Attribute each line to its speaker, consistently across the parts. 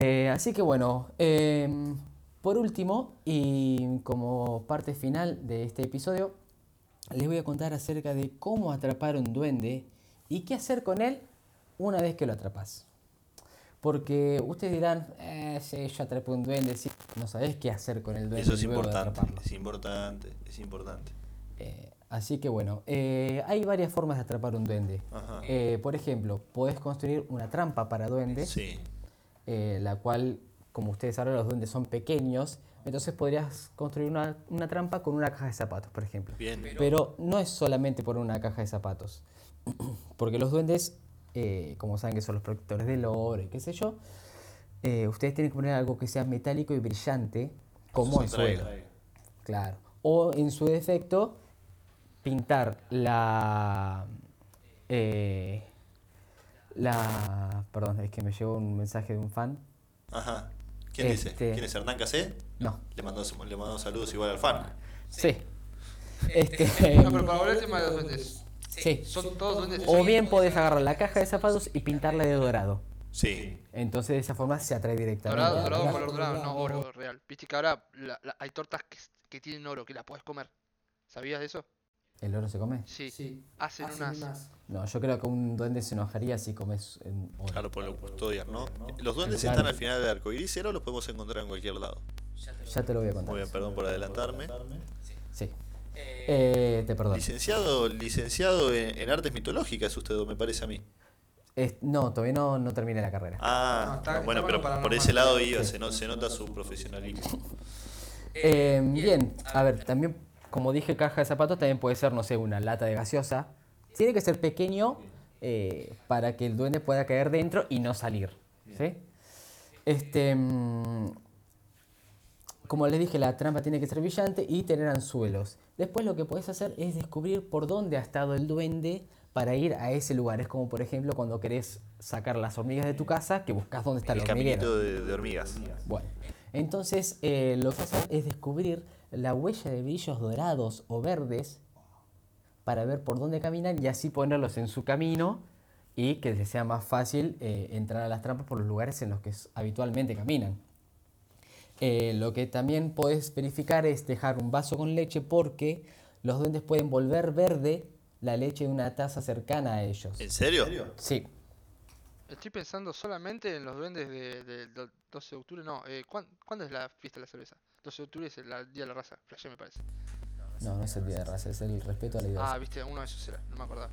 Speaker 1: Eh, así que bueno, em, por último y como parte final de este episodio, les voy a contar acerca de cómo atrapar un duende y qué hacer con él una vez que lo atrapas. Porque ustedes dirán, eh, sí, yo atrapé un duende, sí, no sabés qué hacer con el duende
Speaker 2: Eso es
Speaker 1: luego de
Speaker 2: importante,
Speaker 1: atraparlo.
Speaker 2: es importante, es importante.
Speaker 1: Eh, así que bueno, eh, hay varias formas de atrapar un duende.
Speaker 2: Ajá.
Speaker 1: Eh, por ejemplo, podés construir una trampa para duendes,
Speaker 2: Sí.
Speaker 1: eh, la cual, como ustedes saben, los duendes son pequeños, entonces podrías construir una, una trampa con una caja de zapatos, por ejemplo.
Speaker 2: Bien.
Speaker 1: Pero no es solamente por una caja de zapatos, porque los duendes, eh, como saben que son los protectores del oro y qué sé yo, eh, ustedes tienen que poner algo que sea metálico y brillante, como
Speaker 2: Eso
Speaker 1: el
Speaker 2: se trae.
Speaker 1: suelo. Claro. O en su defecto, pintar la. eh, la. Perdón, es que me llegó un mensaje de un fan.
Speaker 2: Ajá. ¿Quién dice?
Speaker 1: Este-
Speaker 2: ¿Quién es Hernán Casé?
Speaker 1: No.
Speaker 2: Le mandamos, le mandamos saludos igual al fan.
Speaker 1: Sí.
Speaker 3: No,
Speaker 1: Este,
Speaker 3: pero para volver al tema de los duendes.
Speaker 1: sí.
Speaker 3: Son todos duendes.
Speaker 1: O bien podés agarrar la caja de zapatos y pintarla de dorado.
Speaker 2: Sí.
Speaker 1: Entonces de esa forma se atrae directamente.
Speaker 3: Dorado,
Speaker 1: al
Speaker 3: dorado,
Speaker 1: dorado.
Speaker 3: color dorado, no oro real. Viste que ahora la- la- hay tortas que, que tienen oro, que las puedes comer. ¿Sabías de eso?
Speaker 1: ¿El oro se come?
Speaker 3: Sí.
Speaker 4: Sí.
Speaker 3: Hacen, unas.
Speaker 1: No, yo creo que un duende se enojaría si comes en oro.
Speaker 2: Claro, por lo custodiar, ¿no? Los duendes
Speaker 1: Claro.
Speaker 2: están al final del arco iris y ahora los podemos encontrar en cualquier lado.
Speaker 1: Ya te lo voy a contar.
Speaker 2: Muy bien, perdón por adelantarme.
Speaker 1: Sí. Eh, te perdono.
Speaker 2: Licenciado, licenciado en, en artes mitológicas usted, me parece a mí.
Speaker 1: Es- no, todavía no, no terminé la carrera.
Speaker 2: Ah,
Speaker 3: No, está- está
Speaker 2: bueno,
Speaker 3: bueno
Speaker 2: pero
Speaker 3: para
Speaker 2: por
Speaker 3: normal.
Speaker 2: ese lado iba, se, no- se nota su profesionalismo.
Speaker 1: Eh, bien, a ver, también, como dije, caja de zapatos también puede ser, no sé, una lata de gaseosa. Tiene que ser pequeño eh, para que el duende pueda caer dentro y no salir. ¿sí? Este, mm, como les dije, la trampa tiene que ser brillante y tener anzuelos. Después lo que puedes hacer es descubrir por dónde ha estado el duende para ir a ese lugar. Es como, por ejemplo, cuando querés sacar las hormigas de tu casa, que buscas dónde está el
Speaker 2: El
Speaker 1: hormiguero.
Speaker 2: caminito de, de hormigas.
Speaker 1: Bueno, entonces eh, lo que hacen es descubrir la huella de brillos dorados o verdes para ver por dónde caminan y así ponerlos en su camino y que les sea más fácil eh, entrar a las trampas por los lugares en los que s- habitualmente caminan. Eh, lo que también podés verificar es dejar un vaso con leche porque los duendes pueden volver verde la leche de una taza cercana a ellos.
Speaker 2: ¿En serio?
Speaker 1: Sí,
Speaker 3: Estoy pensando solamente en los duendes de- del do- 12 de octubre. No, eh, ¿cuán- ¿cuándo es la fiesta de la cerveza? 12 de octubre es el la- Día de la Raza. Flashé me parece.
Speaker 1: no, no es el día de raza, es el respeto a la
Speaker 3: Ah,
Speaker 1: idea.
Speaker 3: viste, uno de esos era. No me acordaba.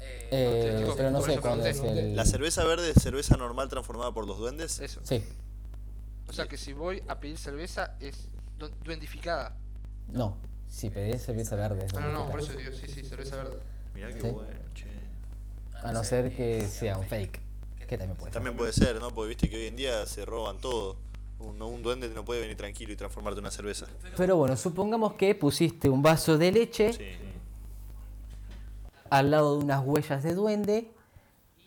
Speaker 1: Eh,
Speaker 3: chicos,
Speaker 1: pero no
Speaker 3: por
Speaker 1: sé
Speaker 3: eso
Speaker 1: cuándo es
Speaker 3: pregunté.
Speaker 1: el...
Speaker 2: ¿La cerveza verde es cerveza normal transformada por los duendes?
Speaker 3: Eso.
Speaker 1: Sí.
Speaker 3: O sea que si voy a pedir cerveza es du- duendificada.
Speaker 1: No, si pedís cerveza verde. es
Speaker 3: Ah, No, no, no,
Speaker 1: donde
Speaker 3: por
Speaker 1: está.
Speaker 3: eso digo, sí, sí, cerveza verde.
Speaker 2: Mirá qué
Speaker 1: Sí.
Speaker 2: bueno, che.
Speaker 1: A no ser que sea un fake. Que también puede. ser.
Speaker 2: También puede ser, ¿no? Porque viste que hoy en día se roban todo. Un, un duende no puede venir tranquilo y transformarte en una cerveza.
Speaker 1: Pero bueno, supongamos que pusiste un vaso de leche
Speaker 2: Sí.
Speaker 1: al lado de unas huellas de duende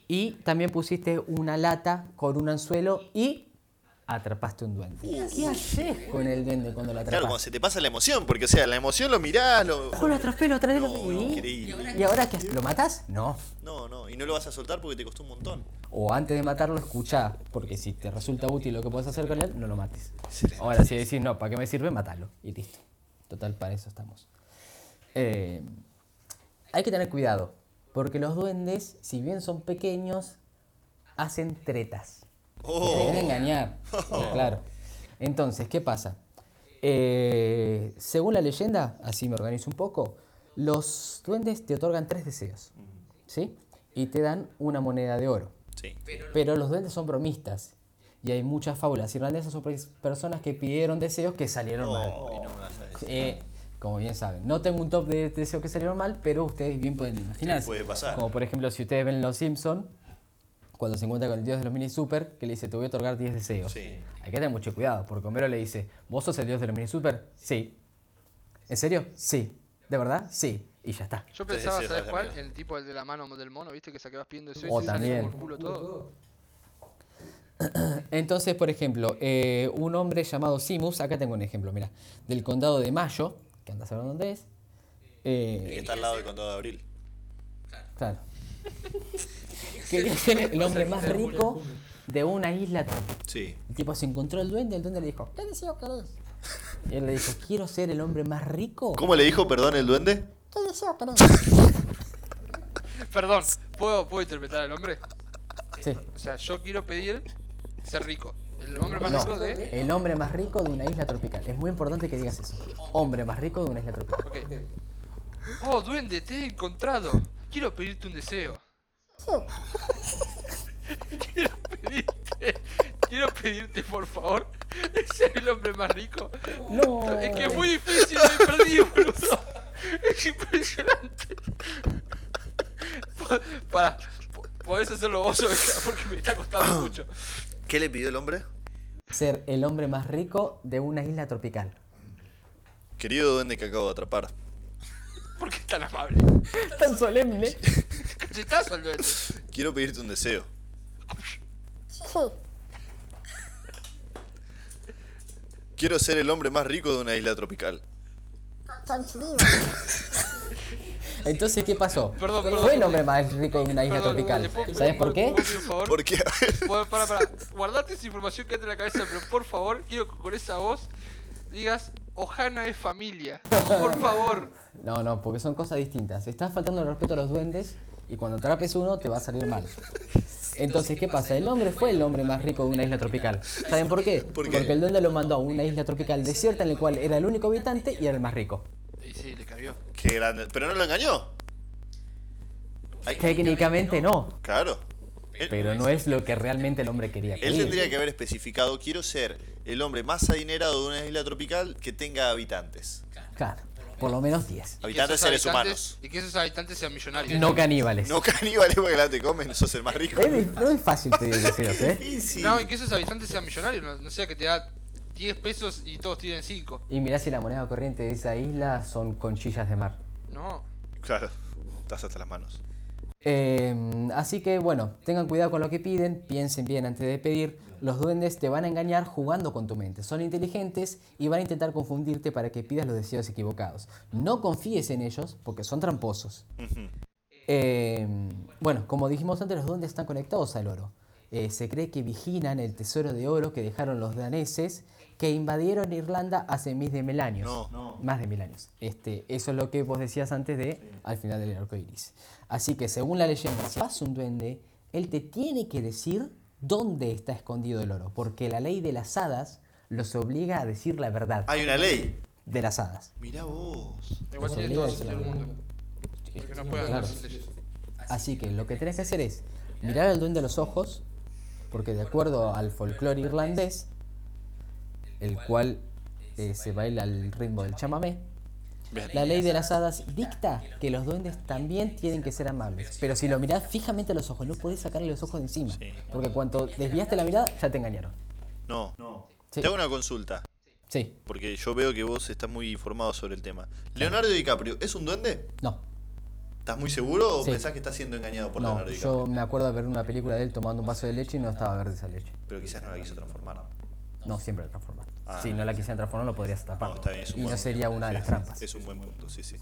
Speaker 1: y también pusiste una lata con un anzuelo y atrapaste un duende. ¿Qué haces con el duende cuando lo
Speaker 2: Claro, cuando
Speaker 1: atrapas?
Speaker 2: se te pasa la emoción, porque o sea, la emoción lo mirás, lo...
Speaker 1: Ojo, lo atrapé, lo atrapé, lo
Speaker 2: No,
Speaker 1: atrapé.
Speaker 2: no,
Speaker 1: ¿Y?
Speaker 2: increíble.
Speaker 1: ¿Y ahora qué? haces? ¿Lo matás? No.
Speaker 2: No, no, y no lo vas a soltar porque te costó un montón.
Speaker 1: O antes de matarlo, escuchá, porque si te resulta útil lo que puedes hacer con él, no lo mates. Ahora, si decís, no, ¿para qué me sirve? Matalo. Y listo. Total, para eso estamos. Eh, hay que tener cuidado, porque los duendes, si bien son pequeños, hacen tretas. Te
Speaker 2: Oh,
Speaker 1: quieren engañar. Claro. Entonces, ¿qué pasa? Eh, según la leyenda, así me organizo un poco, los duendes te otorgan tres deseos, ¿sí? Y te dan una moneda de oro.
Speaker 2: sí.
Speaker 1: Pero los duendes son bromistas. Y hay muchas fábulas irlandesas sobre personas que pidieron deseos que salieron mal.
Speaker 2: Oh, no me vas a decir.
Speaker 1: Eh, como bien saben, no tengo un top de deseos que salieron mal, pero ustedes bien pueden imaginarse.
Speaker 2: puede pasar.
Speaker 1: Como por ejemplo, si ustedes ven Los Simpson, cuando se encuentra con el dios de los mini super, que le dice, te voy a otorgar 10 deseos.
Speaker 2: Sí.
Speaker 1: Hay que tener mucho cuidado, porque Homero le dice, ¿vos sos el dios de los mini super? Sí. ¿En serio? Sí. ¿De verdad? Sí. Y ya está.
Speaker 3: Yo
Speaker 2: Sí,
Speaker 3: pensaba,
Speaker 2: sí,
Speaker 3: ¿sabes
Speaker 2: sí,
Speaker 3: cuál?
Speaker 2: sí.
Speaker 3: El tipo de la mano del mono, ¿viste? Que se acabas pidiendo eso y
Speaker 1: O
Speaker 3: se sale
Speaker 1: también.
Speaker 3: por culo todo.
Speaker 1: Entonces, por ejemplo, eh, un hombre llamado Simus, acá tengo un ejemplo, mira, del condado de Mayo, que andas a saber dónde es.
Speaker 2: Y
Speaker 1: eh,
Speaker 2: que está al lado del condado de abril.
Speaker 1: claro. Quería ser el hombre más rico de una isla.
Speaker 2: Sí.
Speaker 1: El tipo se encontró el duende, el duende le dijo, ¿qué deseo querés? Y él le dijo, quiero ser el hombre más rico.
Speaker 2: ¿Cómo le dijo, perdón, el duende?
Speaker 1: ¿Qué deseo querés?
Speaker 3: Perdón, ¿puedo, ¿puedo interpretar al hombre?
Speaker 1: Sí.
Speaker 3: O sea, yo quiero pedir ser rico. El hombre más rico
Speaker 1: No,
Speaker 3: de.
Speaker 1: el hombre más rico de una isla tropical. Es muy importante que digas eso. Hombre más rico de una isla tropical.
Speaker 3: Ok. Oh, duende, te he encontrado. Quiero pedirte un deseo. quiero pedirte. Quiero pedirte, por favor, ser el hombre más rico.
Speaker 1: No.
Speaker 3: Es que es muy difícil, me perdí, boludo. Es impresionante. Pa- Para, po- podés hacerlo vos, Oveja, porque me está costando mucho.
Speaker 2: ¿Qué le pidió el hombre?
Speaker 1: Ser el hombre más rico de una isla tropical.
Speaker 2: Querido duende que acabo de atrapar.
Speaker 3: ¿Por qué es tan amable?
Speaker 1: Tan solemne.
Speaker 3: Cachetazo al duende.
Speaker 2: Quiero pedirte un deseo. Quiero ser el hombre más rico de una isla tropical.
Speaker 1: Entonces, ¿qué pasó?
Speaker 3: Perdón,
Speaker 1: Fue
Speaker 3: perdón.
Speaker 1: el hombre más rico de una isla
Speaker 3: Perdón,
Speaker 1: tropical.
Speaker 3: ¿le puedo pedir-
Speaker 1: ¿Sabes por qué?
Speaker 3: ¿puedo pedir un favor?
Speaker 2: Porque, a ver,
Speaker 3: Bueno, para, para. Guardate esa información que te en la cabeza, pero por favor, quiero que con esa voz digas, Ohana es familia. Por favor.
Speaker 1: No, no, porque son cosas distintas. Estás faltando el respeto a los duendes y cuando atrapes uno te va a salir mal. Entonces, ¿qué pasa? El hombre fue el hombre más rico de una isla tropical. ¿Saben por qué?
Speaker 2: qué?
Speaker 1: Porque el duende lo mandó a una isla tropical desierta en la cual era el único habitante y era el más rico.
Speaker 3: Y sí, le cambió.
Speaker 2: qué grande. Pero no lo engañó. Ay,
Speaker 1: Técnicamente no,
Speaker 2: claro. Él,
Speaker 1: pero no es lo que realmente el hombre quería.
Speaker 2: él
Speaker 1: pedir.
Speaker 2: tendría que haber especificado, quiero ser el hombre más adinerado de una isla tropical que tenga habitantes.
Speaker 1: Claro, por lo menos 10.
Speaker 2: Habitantes seres humanos.
Speaker 3: Y que esos habitantes sean millonarios.
Speaker 1: No caníbales.
Speaker 2: No caníbales porque la te comen, sos el más rico.
Speaker 1: Es di- no es fácil pedir deseos, ¿eh?
Speaker 2: Y sí.
Speaker 3: No, y que esos habitantes sean millonarios. No, no sea que te da 10 pesos y todos tienen 5.
Speaker 1: Y mirá si la moneda corriente de esa isla son conchillas de mar.
Speaker 3: No.
Speaker 2: Claro, estás hasta las manos.
Speaker 1: Eh, así que bueno, tengan cuidado con lo que piden, piensen bien antes de pedir. Los duendes te van a engañar jugando con tu mente. Son inteligentes y van a intentar confundirte para que pidas los deseos equivocados. No confíes en ellos porque son tramposos. Eh, bueno, como dijimos antes, los duendes están conectados al oro. Eh, se cree que vigilan el tesoro de oro que dejaron los daneses que invadieron Irlanda hace más de mil años.
Speaker 2: No, no.
Speaker 1: Más de mil años. Este, eso es lo que vos decías antes de al final del arco iris. Así que según la leyenda, si vas a un duende, él te tiene que decir dónde está escondido el oro, porque la ley de las hadas los obliga a decir la verdad
Speaker 2: Hay una ley.
Speaker 1: de las hadas.
Speaker 2: Mirá vos.
Speaker 3: Igual
Speaker 1: Los
Speaker 3: tiene
Speaker 1: obliga
Speaker 3: todo
Speaker 1: a
Speaker 3: el
Speaker 1: decir la
Speaker 3: sentido del
Speaker 1: verdad.
Speaker 3: mundo. Porque no pueden
Speaker 1: Claro.
Speaker 3: hacer sin leyes.
Speaker 1: Así que lo que tenés que hacer es mirar al duende a los ojos, porque de acuerdo al folclore irlandés, el cual eh, se baila al ritmo del chamamé,
Speaker 2: Bien.
Speaker 1: la ley de las hadas dicta que los duendes también tienen que ser amables. Pero si lo mirás fijamente a los ojos, no puedes sacarle los ojos de encima,
Speaker 2: Sí.
Speaker 1: porque cuando desviaste la mirada, ya te engañaron.
Speaker 2: No.
Speaker 1: Sí.
Speaker 2: Te hago una consulta,
Speaker 1: Sí,
Speaker 2: porque yo veo que vos estás muy informado sobre el tema. Leonardo DiCaprio, ¿es un duende?
Speaker 1: no,
Speaker 2: ¿Estás muy seguro o
Speaker 1: Sí.
Speaker 2: pensás que estás siendo engañado por
Speaker 1: no,
Speaker 2: Leonardo DiCaprio?
Speaker 1: yo me acuerdo de ver una película de él tomando un vaso de leche y no estaba verde esa leche.
Speaker 2: Pero quizás no la quiso transformar.
Speaker 1: No, siempre la transforman.
Speaker 2: Ah.
Speaker 1: si no la quisieran transformar, lo podrías tapar.
Speaker 2: No, está bien, es un
Speaker 1: y no
Speaker 2: buen-
Speaker 1: sería una de las trampas.
Speaker 2: Es un buen punto, sí, sí.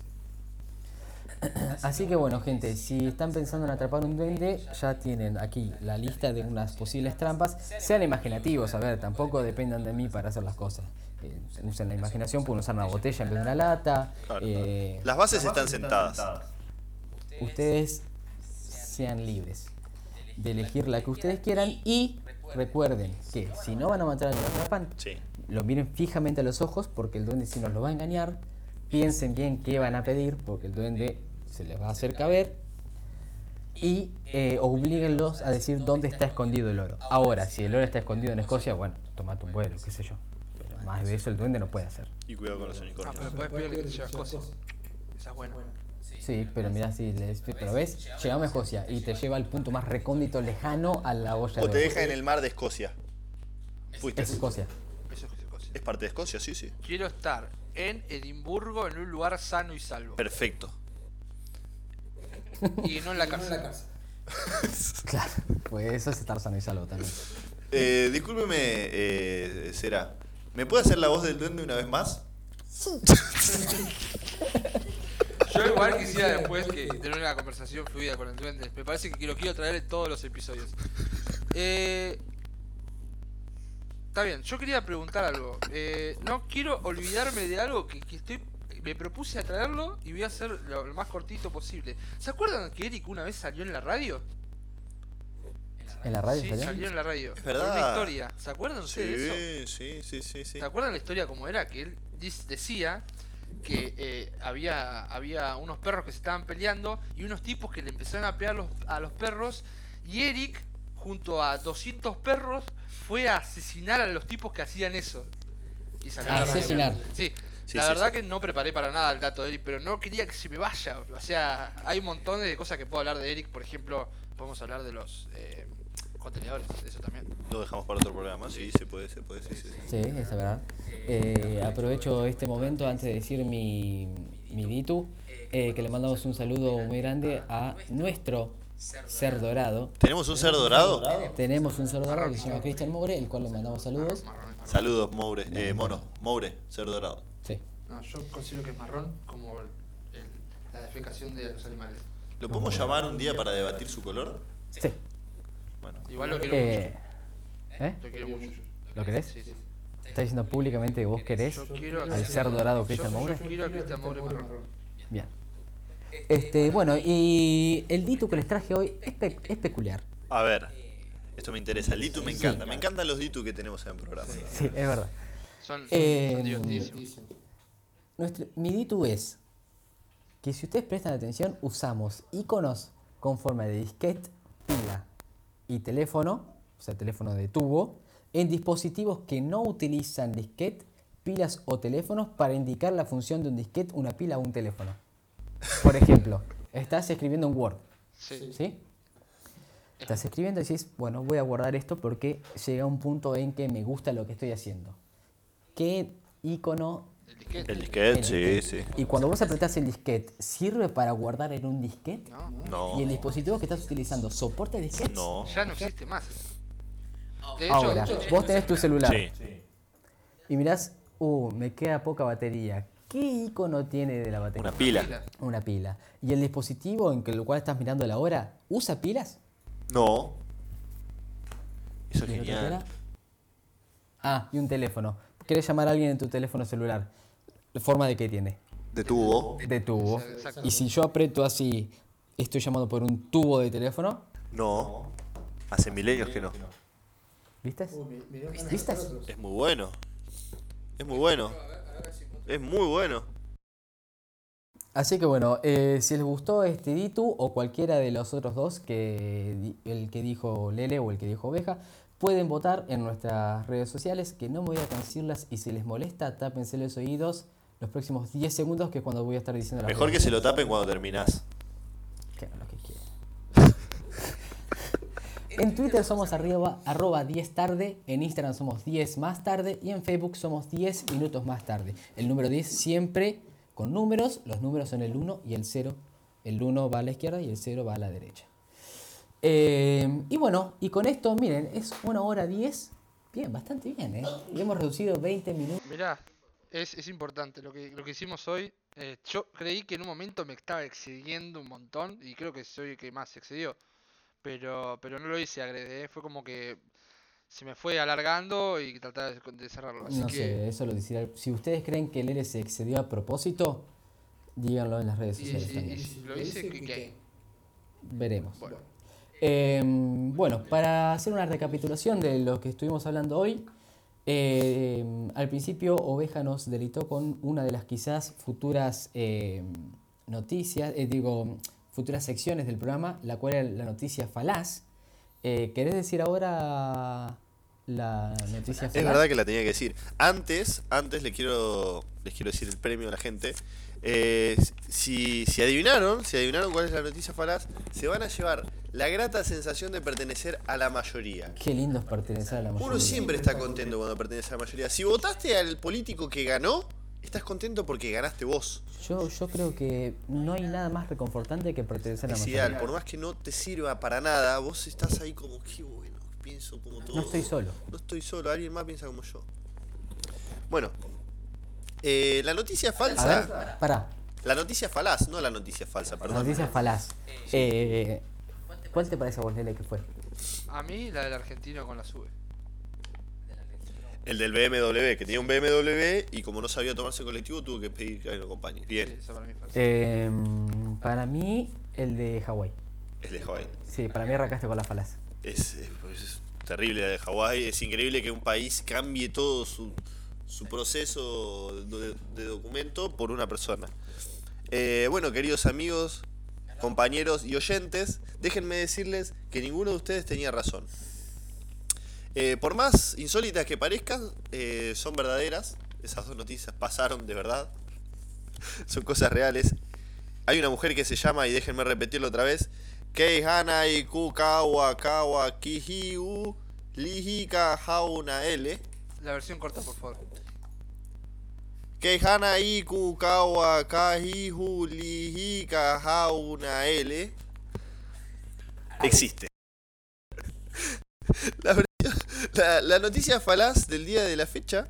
Speaker 1: Así que bueno, gente, si están pensando en atrapar un duende, ya tienen aquí la lista de unas posibles trampas. Sean imaginativos, a ver, tampoco dependan de mí para hacer las cosas. Eh, usen la imaginación, pueden usar una botella en vez de una lata.
Speaker 2: Claro.
Speaker 1: eh,
Speaker 2: Las bases están sentadas.
Speaker 1: ustedes sean libres de elegir la que ustedes quieran y recuerden que si no van a matar al que lo atrapan,
Speaker 2: Sí.
Speaker 1: lo miren fijamente a los ojos porque el duende si nos lo va a engañar. Piensen bien qué van a pedir porque el duende se les va a hacer caber. Y eh, oblíguenlos a decir dónde está escondido el oro. Ahora, si el oro está escondido en Escocia, bueno, toma tu vuelo, qué sé yo. Pero más de eso el duende no puede hacer.
Speaker 2: Y cuidado con los
Speaker 3: Ah, pero
Speaker 2: unicornios.
Speaker 3: podés pedirle que te llevas cosas. Esa es buena.
Speaker 1: Sí, pero mira, si les, pero ves, llegamos a Escocia y te lleva al punto más recóndito, lejano a la olla
Speaker 2: O
Speaker 1: de
Speaker 2: te
Speaker 1: oro.
Speaker 2: deja en el mar de Escocia. Fuiste.
Speaker 1: Es Escocia.
Speaker 3: Eso es cosa.
Speaker 2: Es parte de Escocia, sí, sí.
Speaker 3: Quiero estar en Edimburgo en un lugar sano y salvo.
Speaker 2: Perfecto.
Speaker 3: Y no en la casa.
Speaker 1: Claro, pues eso es estar sano y salvo también.
Speaker 2: Eh, discúlpeme, eh, Sera. ¿Me puede hacer la voz del duende una vez más?
Speaker 3: Yo igual quisiera después que tener una conversación fluida con el duende. Me parece que lo quiero traer en todos los episodios. Eh, Está bien, yo quería preguntar algo. Eh, no quiero olvidarme de algo que, que estoy. Me propuse a traerlo y voy a hacer lo, lo más cortito posible. ¿Se acuerdan que Eric una vez salió en la radio?
Speaker 1: ¿En la radio
Speaker 3: sí,
Speaker 1: salió?
Speaker 3: salió en la radio.
Speaker 2: Es
Speaker 3: Con Una
Speaker 2: verdad.
Speaker 3: historia. ¿Se acuerdan ustedes de eso?
Speaker 2: Sí, sí, sí, sí, sí.
Speaker 3: ¿Se acuerdan la historia como era? Que él dis- decía que eh, había, había unos perros que se estaban peleando y unos tipos que le empezaron a pegar los- a los perros y Eric, junto a 200 perros, fue a asesinar a los tipos que hacían eso. Y sacó la radio.
Speaker 1: Asesinar.
Speaker 3: Sí.
Speaker 2: Sí,
Speaker 3: la
Speaker 2: sí,
Speaker 3: verdad
Speaker 2: sí.
Speaker 3: que no preparé para nada el dato de Eric, pero no quería que se me vaya. O sea, hay un montón de cosas que puedo hablar de Eric. Por ejemplo, podemos hablar de los eh, contenedores, eso también.
Speaker 2: Lo dejamos para otro programa, sí, se puede, se puede, sí, sí. sí.
Speaker 1: Sí, es verdad. Eh, aprovecho este momento antes de decir mi, mi Ditu, eh, que le mandamos un saludo muy grande a nuestro ser dorado.
Speaker 2: ¿Tenemos un cerdo dorado?
Speaker 1: Tenemos un ser dorado que se llama Cristian Mogre, el cual le mandamos saludos.
Speaker 2: Saludos, Moure, eh, mono, Moure, cerdo dorado.
Speaker 1: Sí.
Speaker 3: No, yo considero que es marrón como el- el- la defecación de los animales.
Speaker 2: ¿Lo podemos llamar un día para debatir su color?
Speaker 1: Sí.
Speaker 2: Bueno,
Speaker 3: Igual lo quiero
Speaker 1: Eh, ¿eh?
Speaker 3: mucho. Lo quiero mucho.
Speaker 1: ¿Lo querés?
Speaker 3: Sí, sí.
Speaker 1: ¿Estás diciendo públicamente que vos querés
Speaker 3: Yo quiero
Speaker 1: al ser dorado Cristian
Speaker 3: yo-
Speaker 1: Mogre?
Speaker 3: Yo quiero a Cristian Moure marrón.
Speaker 1: Bien. Este, bueno, y el Ditu que les traje hoy es, pe- es peculiar.
Speaker 2: a ver, esto me interesa. El Ditu me encanta, me encantan los Ditu que tenemos en el programa.
Speaker 1: Sí, es verdad.
Speaker 3: Son, son
Speaker 1: Eh,
Speaker 3: divertidísimos.
Speaker 1: Nuestro, mi ditu es que si ustedes prestan atención, usamos iconos con forma de disquete, pila y teléfono, o sea, teléfono de tubo, en dispositivos que no utilizan disquete, pilas o teléfonos para indicar la función de un disquete, una pila o un teléfono. Por ejemplo, estás escribiendo un Word,
Speaker 3: Sí.
Speaker 1: ¿sí? Estás escribiendo y decís, bueno, voy a guardar esto porque llega un punto en que me gusta lo que estoy haciendo. ¿Qué icono
Speaker 3: El disquete.
Speaker 2: El disquete, Eh, sí,
Speaker 1: el
Speaker 2: sí.
Speaker 1: disquete. Y cuando vos apretás el disquete, ¿sirve para guardar en un disquete?
Speaker 3: No,
Speaker 2: No,
Speaker 1: ¿Y el dispositivo que estás utilizando soporta disquetes?
Speaker 2: no.
Speaker 3: ya no existe más. De hecho,
Speaker 1: Ahora, vos tenés tu celular
Speaker 2: Sí,
Speaker 1: y mirás, uh, me queda poca batería. ¿Qué icono tiene de la batería?
Speaker 2: una pila.
Speaker 1: Una pila. ¿Y el dispositivo en que- el cual estás mirando la hora usa pilas?
Speaker 2: No. Eso es
Speaker 1: ¿Y el otro
Speaker 2: genial.
Speaker 1: era? Ah, y un teléfono. ¿Querés llamar a alguien en tu teléfono celular? ¿Forma de qué tiene?
Speaker 2: De tubo.
Speaker 1: De tubo.
Speaker 3: Exacto.
Speaker 1: Y si yo aprieto así, estoy llamando por un tubo de teléfono,
Speaker 2: No. Hace milenios que no.
Speaker 1: ¿Vistas? ¿Vistas?
Speaker 2: Es muy bueno. Es muy bueno. Es muy bueno.
Speaker 1: Así que bueno, eh, si les gustó este Ditu o cualquiera de los otros dos, que di- el que dijo Lele o el que dijo Oveja, pueden votar en nuestras redes sociales, que no me voy a decirlas y si les molesta, tápense los oídos los próximos 10 segundos, que es cuando voy a estar diciendo las
Speaker 2: Mejor que
Speaker 1: redes.
Speaker 2: se lo tapen cuando terminás.
Speaker 1: Que hagan lo que quieran. En Twitter somos arriba, arroba 10 tarde, en Instagram somos 10 más tarde y en Facebook somos 10 minutos más tarde. El número 10 siempre con números, los números son el 1 y el 0. El 1 va a la izquierda y el 0 va a la derecha. Eh, y bueno, y con esto, miren, es 1 hora 10. Bien, bastante bien, ¿eh? Y hemos reducido 20 minutos.
Speaker 3: Mirá, es, es importante lo que, lo que hicimos hoy. eh, yo creí que en un momento me estaba excediendo un montón y creo que soy el que más se excedió. Pero, pero no lo hice agrede, ¿eh? fue como que se me fue alargando y trataba de, de cerrarlo. Así
Speaker 1: No
Speaker 3: que
Speaker 1: sé, eso lo decía. Si ustedes creen que el Lere se excedió a propósito, díganlo en las redes
Speaker 3: y-
Speaker 1: sociales
Speaker 3: y- y
Speaker 1: también.
Speaker 3: si lo hice, que, que-
Speaker 1: Veremos.
Speaker 3: Bueno.
Speaker 1: Eh, bueno, para hacer una recapitulación de lo que estuvimos hablando hoy, eh, al principio Oveja nos delitó con una de las quizás futuras eh, noticias, eh, digo, futuras secciones del programa, la cual era la noticia falaz. Eh, ¿Querés decir ahora la noticia falaz?
Speaker 2: Es verdad que la tenía que decir. Antes, antes les quiero, les quiero decir el premio a la gente. Eh, si, si adivinaron, si adivinaron cuál es la noticia falaz, se van a llevar la grata sensación de pertenecer a la mayoría.
Speaker 1: Qué lindo es pertenecer a la mayoría.
Speaker 2: Uno siempre está contento cuando pertenece a la mayoría. Si votaste al político que ganó, estás contento porque ganaste vos.
Speaker 1: Yo, yo creo que no hay nada más reconfortante que pertenecer a la
Speaker 2: Es
Speaker 1: mayoría.
Speaker 2: ideal, por más que no te sirva para nada, vos estás ahí como, qué bueno, pienso como todo.
Speaker 1: No estoy solo.
Speaker 2: No estoy solo, alguien más piensa como yo. Bueno, eh, la noticia
Speaker 1: A
Speaker 2: falsa.
Speaker 1: ver, pará.
Speaker 2: La noticia falaz, no la noticia falsa, perdón.
Speaker 1: Noticias falaz. Eh, ¿Cuál te parece a vos, Lele, que fue?
Speaker 3: a mí la del argentino con la sube.
Speaker 2: El del BMW, que tenía un BMW y como no sabía tomarse el colectivo, tuvo que pedir que alguien lo acompañe.
Speaker 3: Sí,
Speaker 2: Bien,
Speaker 3: eso para mí es fácil.
Speaker 1: Eh, para mí, el de Hawái.
Speaker 2: es de Hawái.
Speaker 1: Sí, para mí arrancaste con la falacia.
Speaker 2: Es, es- pues, es terrible la de Hawái. Es increíble que un país cambie todo su, su proceso de, de documento por una persona. Eh, bueno, queridos amigos, compañeros y oyentes, déjenme decirles que ninguno de ustedes tenía razón. Eh, por más insólitas que parezcan, eh, son verdaderas. Esas dos noticias pasaron de verdad. son cosas reales. Hay una mujer que se llama, y déjenme repetirlo otra vez, Keihana Iku Kawa Kawa Kihiu Lihika Hauna L.
Speaker 3: La versión corta, por favor.
Speaker 2: Keihana Iku Kawa Kahihu Lihika Hauna L. Existe. La, versión- la- la noticia falaz del día de la fecha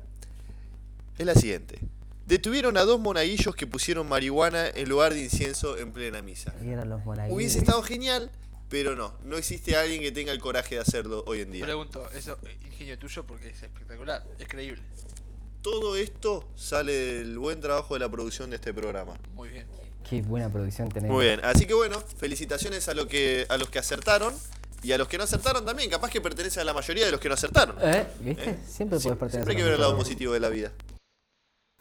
Speaker 2: es la siguiente. Detuvieron a dos monaguillos que pusieron marihuana en lugar de incienso en plena misa.
Speaker 1: Ahí eran los monaguillos.
Speaker 2: Hubiese estado genial, pero no. No existe alguien que tenga el coraje de hacerlo hoy en día.
Speaker 3: Pregunto, eso eh, ingenio tuyo porque es espectacular, es creíble.
Speaker 2: Todo esto sale del buen trabajo de la producción de este programa.
Speaker 3: Muy bien.
Speaker 1: Qué buena producción tenés.
Speaker 2: Muy bien, así que bueno, felicitaciones a, lo que, a los que acertaron y a los que no acertaron también. Capaz que pertenece a la mayoría de los que no acertaron.
Speaker 1: ¿Eh? ¿Viste?
Speaker 2: Eh,
Speaker 1: Siempre
Speaker 2: Sie-
Speaker 1: puedes pertenecer.
Speaker 2: siempre hay que
Speaker 1: a
Speaker 2: ver el lado
Speaker 1: nosotros.
Speaker 2: positivo de la vida.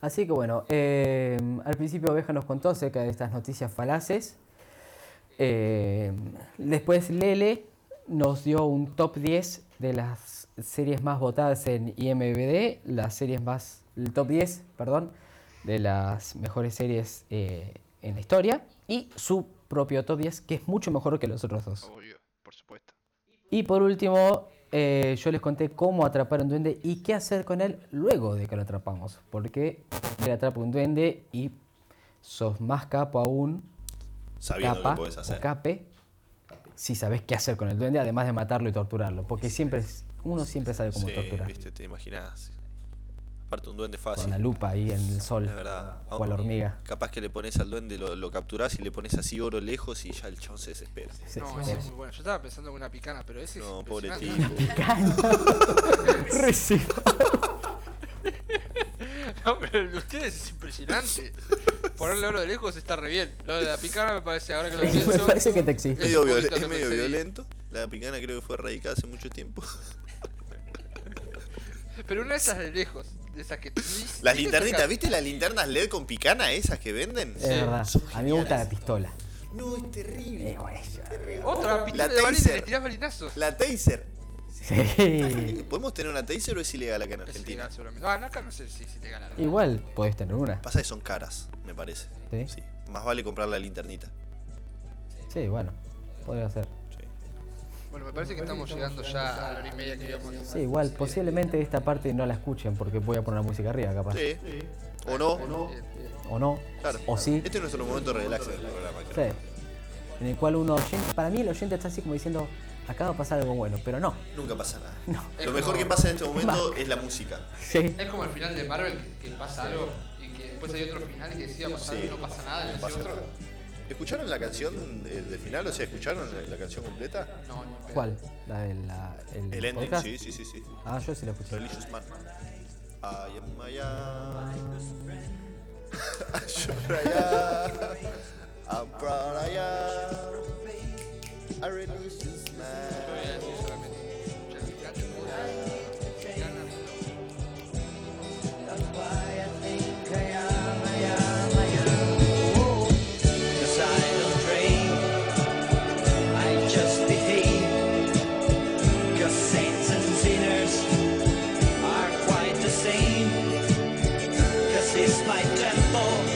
Speaker 1: Así que bueno, eh, al principio Oveja nos contó acerca de estas noticias falaces. Eh, después Lele nos dio un top 10 de las series más votadas en IMBD, las series más, el top 10, perdón, de las mejores series eh, en la historia y su propio top 10 que es mucho mejor que los otros dos.
Speaker 3: Obvio, por supuesto.
Speaker 1: Y por último, eh, yo les conté cómo atrapar un duende y qué hacer con él luego de que lo atrapamos. Porque él atrapa un duende y sos más capo aún,
Speaker 2: Sabiendo
Speaker 1: capa,
Speaker 2: lo que podés
Speaker 1: o
Speaker 2: hacer.
Speaker 1: cape, si sabés qué hacer con el duende, además de matarlo y torturarlo. Porque siempre es- uno siempre sabe cómo
Speaker 2: Sí,
Speaker 1: torturar.
Speaker 2: viste, te imaginás. Aparte, un duende
Speaker 1: Con
Speaker 2: fácil.
Speaker 1: la lupa ahí en el sol
Speaker 2: La verdad.
Speaker 1: o a la hormiga.
Speaker 2: Capaz que le pones al duende, lo, lo capturás y le pones así oro lejos y ya el chabón se desespera.
Speaker 1: Sí,
Speaker 3: no,
Speaker 1: sí,
Speaker 3: ese
Speaker 1: sí.
Speaker 3: es muy bueno. Yo estaba pensando en una picana, pero ese
Speaker 2: No,
Speaker 3: es
Speaker 2: pobre
Speaker 3: impresionante.
Speaker 2: tipo.
Speaker 1: Recibo.
Speaker 3: No, pero el de ustedes es impresionante. Ponerle oro de lejos está re bien. Lo de la picana me parece, ahora que lo
Speaker 1: Me
Speaker 3: pienso.
Speaker 1: parece que te existe.
Speaker 2: medio
Speaker 3: un
Speaker 2: viol-
Speaker 3: poquito
Speaker 2: es medio
Speaker 3: retrocedido.
Speaker 2: violento. La picana creo que fue erradicada hace mucho tiempo.
Speaker 3: Pero una de esas de lejos, de esas que.
Speaker 2: Las linternitas, ¿viste las linternas LED con picana esas que venden?
Speaker 1: Es verdad.
Speaker 2: Son
Speaker 1: A mí me gusta
Speaker 2: geniales.
Speaker 1: la pistola.
Speaker 2: No, es terrible.
Speaker 1: Eh, bueno, yo-
Speaker 3: Otra pistola
Speaker 2: La
Speaker 3: de balines, le
Speaker 2: taser.
Speaker 3: tirás balinazos.
Speaker 2: La taser.
Speaker 1: Sí.
Speaker 2: ¿Podemos tener una taser o es ilegal acá en
Speaker 3: Es
Speaker 2: Argentina?
Speaker 3: ilegal, seguramente. Ah, no, acá no sé si, si te ganan.
Speaker 1: Igual podés tener una.
Speaker 2: Pasa que son caras, me parece.
Speaker 1: ¿Sí?
Speaker 2: Sí. Más vale comprar la linternita.
Speaker 1: Sí, bueno, podría ser.
Speaker 2: Sí.
Speaker 3: Bueno, me parece que estamos llegando ya a la hora y media que íbamos.
Speaker 1: Sí, igual, posiblemente esta parte no la escuchen porque voy a poner la música arriba, capaz.
Speaker 2: Sí. ¿O no? ¿O no?
Speaker 1: O no,
Speaker 2: Claro.
Speaker 1: o sí.
Speaker 2: Este es nuestro momento relax del programa. creo.
Speaker 1: Sí. En el cual uno oyente- para mí el oyente está así como diciendo, acaba de pasar algo bueno, pero no.
Speaker 2: Nunca pasa nada.
Speaker 1: No.
Speaker 2: Lo mejor que pasa en este momento es la música.
Speaker 1: Sí.
Speaker 3: Es como el final de Marvel que, que pasa algo y que después hay otro final que decía pasar
Speaker 2: Sí.
Speaker 3: y no pasa nada. Y
Speaker 2: Pasa
Speaker 3: decía
Speaker 2: nada.
Speaker 3: otro.
Speaker 2: ¿Escucharon la canción eh, del final? O sea, ¿escucharon la, la canción completa?
Speaker 3: No, ni en pedo.
Speaker 1: ¿Cuál? La de la, el,
Speaker 2: El ending,
Speaker 1: podcast?
Speaker 2: sí, sí, sí, sí.
Speaker 1: Ah, yo sí la escuché.
Speaker 2: Religious Man. I am I am. Sure I am. I'm proud I am. A religious
Speaker 3: Yo voy
Speaker 2: man.
Speaker 3: a decir solamente. ya, ya te puedo dar. Ya no.
Speaker 4: Cause I don't drink, I just behave. Cause saints and sinners are quite the same. Cause it's my temple,